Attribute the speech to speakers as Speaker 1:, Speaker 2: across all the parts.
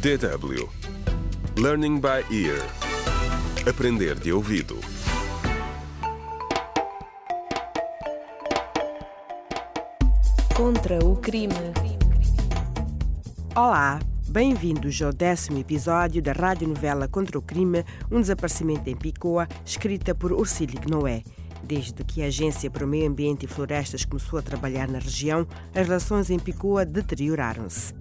Speaker 1: DW Learning by Ear Aprender de ouvido
Speaker 2: Contra o crime.
Speaker 3: Olá, bem-vindos ao décimo episódio da radionovela Contra o Crime, um desaparecimento em Picoa, escrita por Ursílio Noé. Desde que a Agência para o Meio Ambiente e Florestas começou a trabalhar na região, as relações em Picoa deterioraram-se.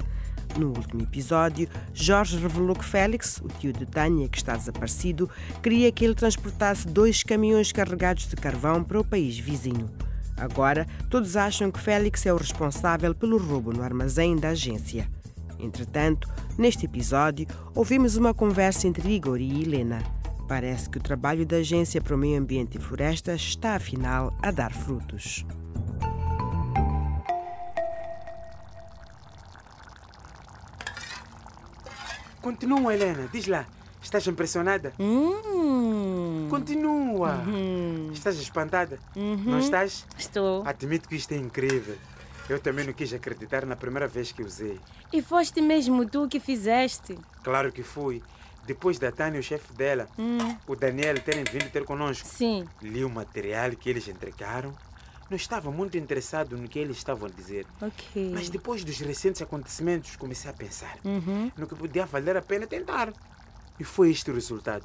Speaker 3: No último episódio, Jorge revelou que Félix, o tio de Tânia, que está desaparecido, queria que ele transportasse dois caminhões carregados de carvão para o país vizinho. Agora, todos acham que Félix é o responsável pelo roubo no armazém da agência. Entretanto, neste episódio, ouvimos uma conversa entre Igor e Helena. Parece que o trabalho da Agência para o Meio Ambiente e Floresta está, afinal, a dar frutos.
Speaker 4: Continua, Helena. Diz lá. Estás impressionada?
Speaker 5: Hum, Uhum.
Speaker 4: Continua. Estás espantada? Não estás?
Speaker 5: estou.
Speaker 4: Admito que isto é incrível. Eu também não quis acreditar na primeira vez que usei.
Speaker 5: E foste mesmo tu que fizeste.
Speaker 4: Claro que fui. Depois da Tânia e o chefe dela, o Daniel, terem vindo ter conosco,
Speaker 5: Hum. Sim.
Speaker 4: li o material que eles entregaram. Não estava muito interessado no que eles estavam a dizer.
Speaker 5: Ok.
Speaker 4: Mas depois dos recentes acontecimentos, comecei a pensar
Speaker 5: Uhum.
Speaker 4: no que podia valer a pena tentar. E foi este o resultado.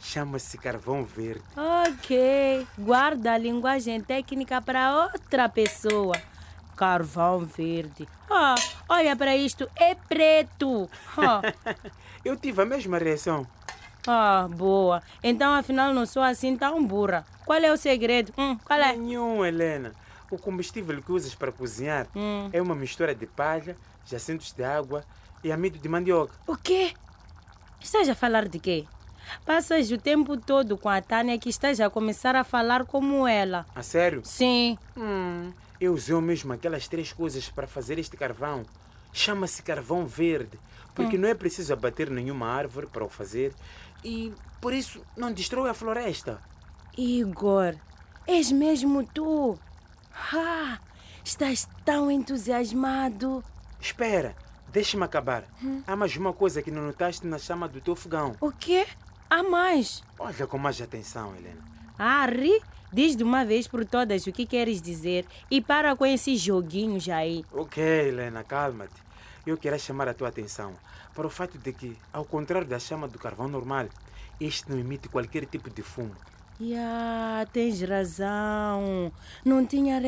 Speaker 4: Chama-se carvão verde.
Speaker 5: Ok. Guarda a linguagem técnica para outra pessoa. Carvão verde. Ah, olha para isto. É preto. Ah,
Speaker 4: Eu tive a mesma reação.
Speaker 5: ah, boa. Então, afinal, não sou assim tão burra. Qual é o segredo? Hum, qual é?
Speaker 4: Nenhum, Helena. O combustível que usas para cozinhar
Speaker 5: Hum.
Speaker 4: é uma mistura de palha, jacintos de água e amido de mandioca.
Speaker 5: O quê? Estás a falar de quê? Passas o tempo todo com a Tânia que estás a começar a falar como ela.
Speaker 4: A Ah, sério?
Speaker 5: Sim.
Speaker 4: Hum, eu usei eu mesmo aquelas três coisas para fazer este carvão. Chama-se carvão verde, porque não é preciso abater nenhuma árvore para o fazer e por isso não destrói a floresta.
Speaker 5: Igor, és mesmo tu? Ah, estás tão entusiasmado.
Speaker 4: Espera, deixa-me acabar. Há mais uma coisa que não notaste na chama do teu fogão.
Speaker 5: O quê? Há mais?
Speaker 4: Olha com mais atenção, Helena.
Speaker 5: Harry, diz de uma vez por todas o que queres dizer e para com esses joguinhos aí.
Speaker 4: Ok, Helena, calma-te. Eu queria chamar a tua atenção para o fato de que, ao contrário da chama do carvão normal, este não emite qualquer tipo de fumo.
Speaker 5: Ya, tens razão. Não tinha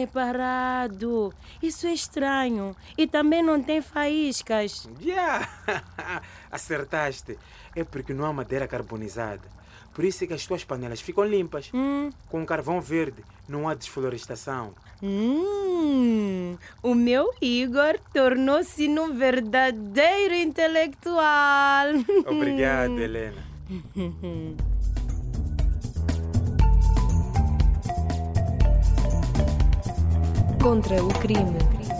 Speaker 5: reparado. Isso é estranho. E também não tem faíscas.
Speaker 4: Yeah! Acertaste! É porque não há madeira carbonizada. Por isso é que as tuas panelas ficam limpas.
Speaker 5: Hum,
Speaker 4: Com carvão verde não há desflorestação.
Speaker 5: hum. O meu Igor tornou-se um verdadeiro intelectual.
Speaker 4: Obrigado, Helena.
Speaker 2: Contra o crime.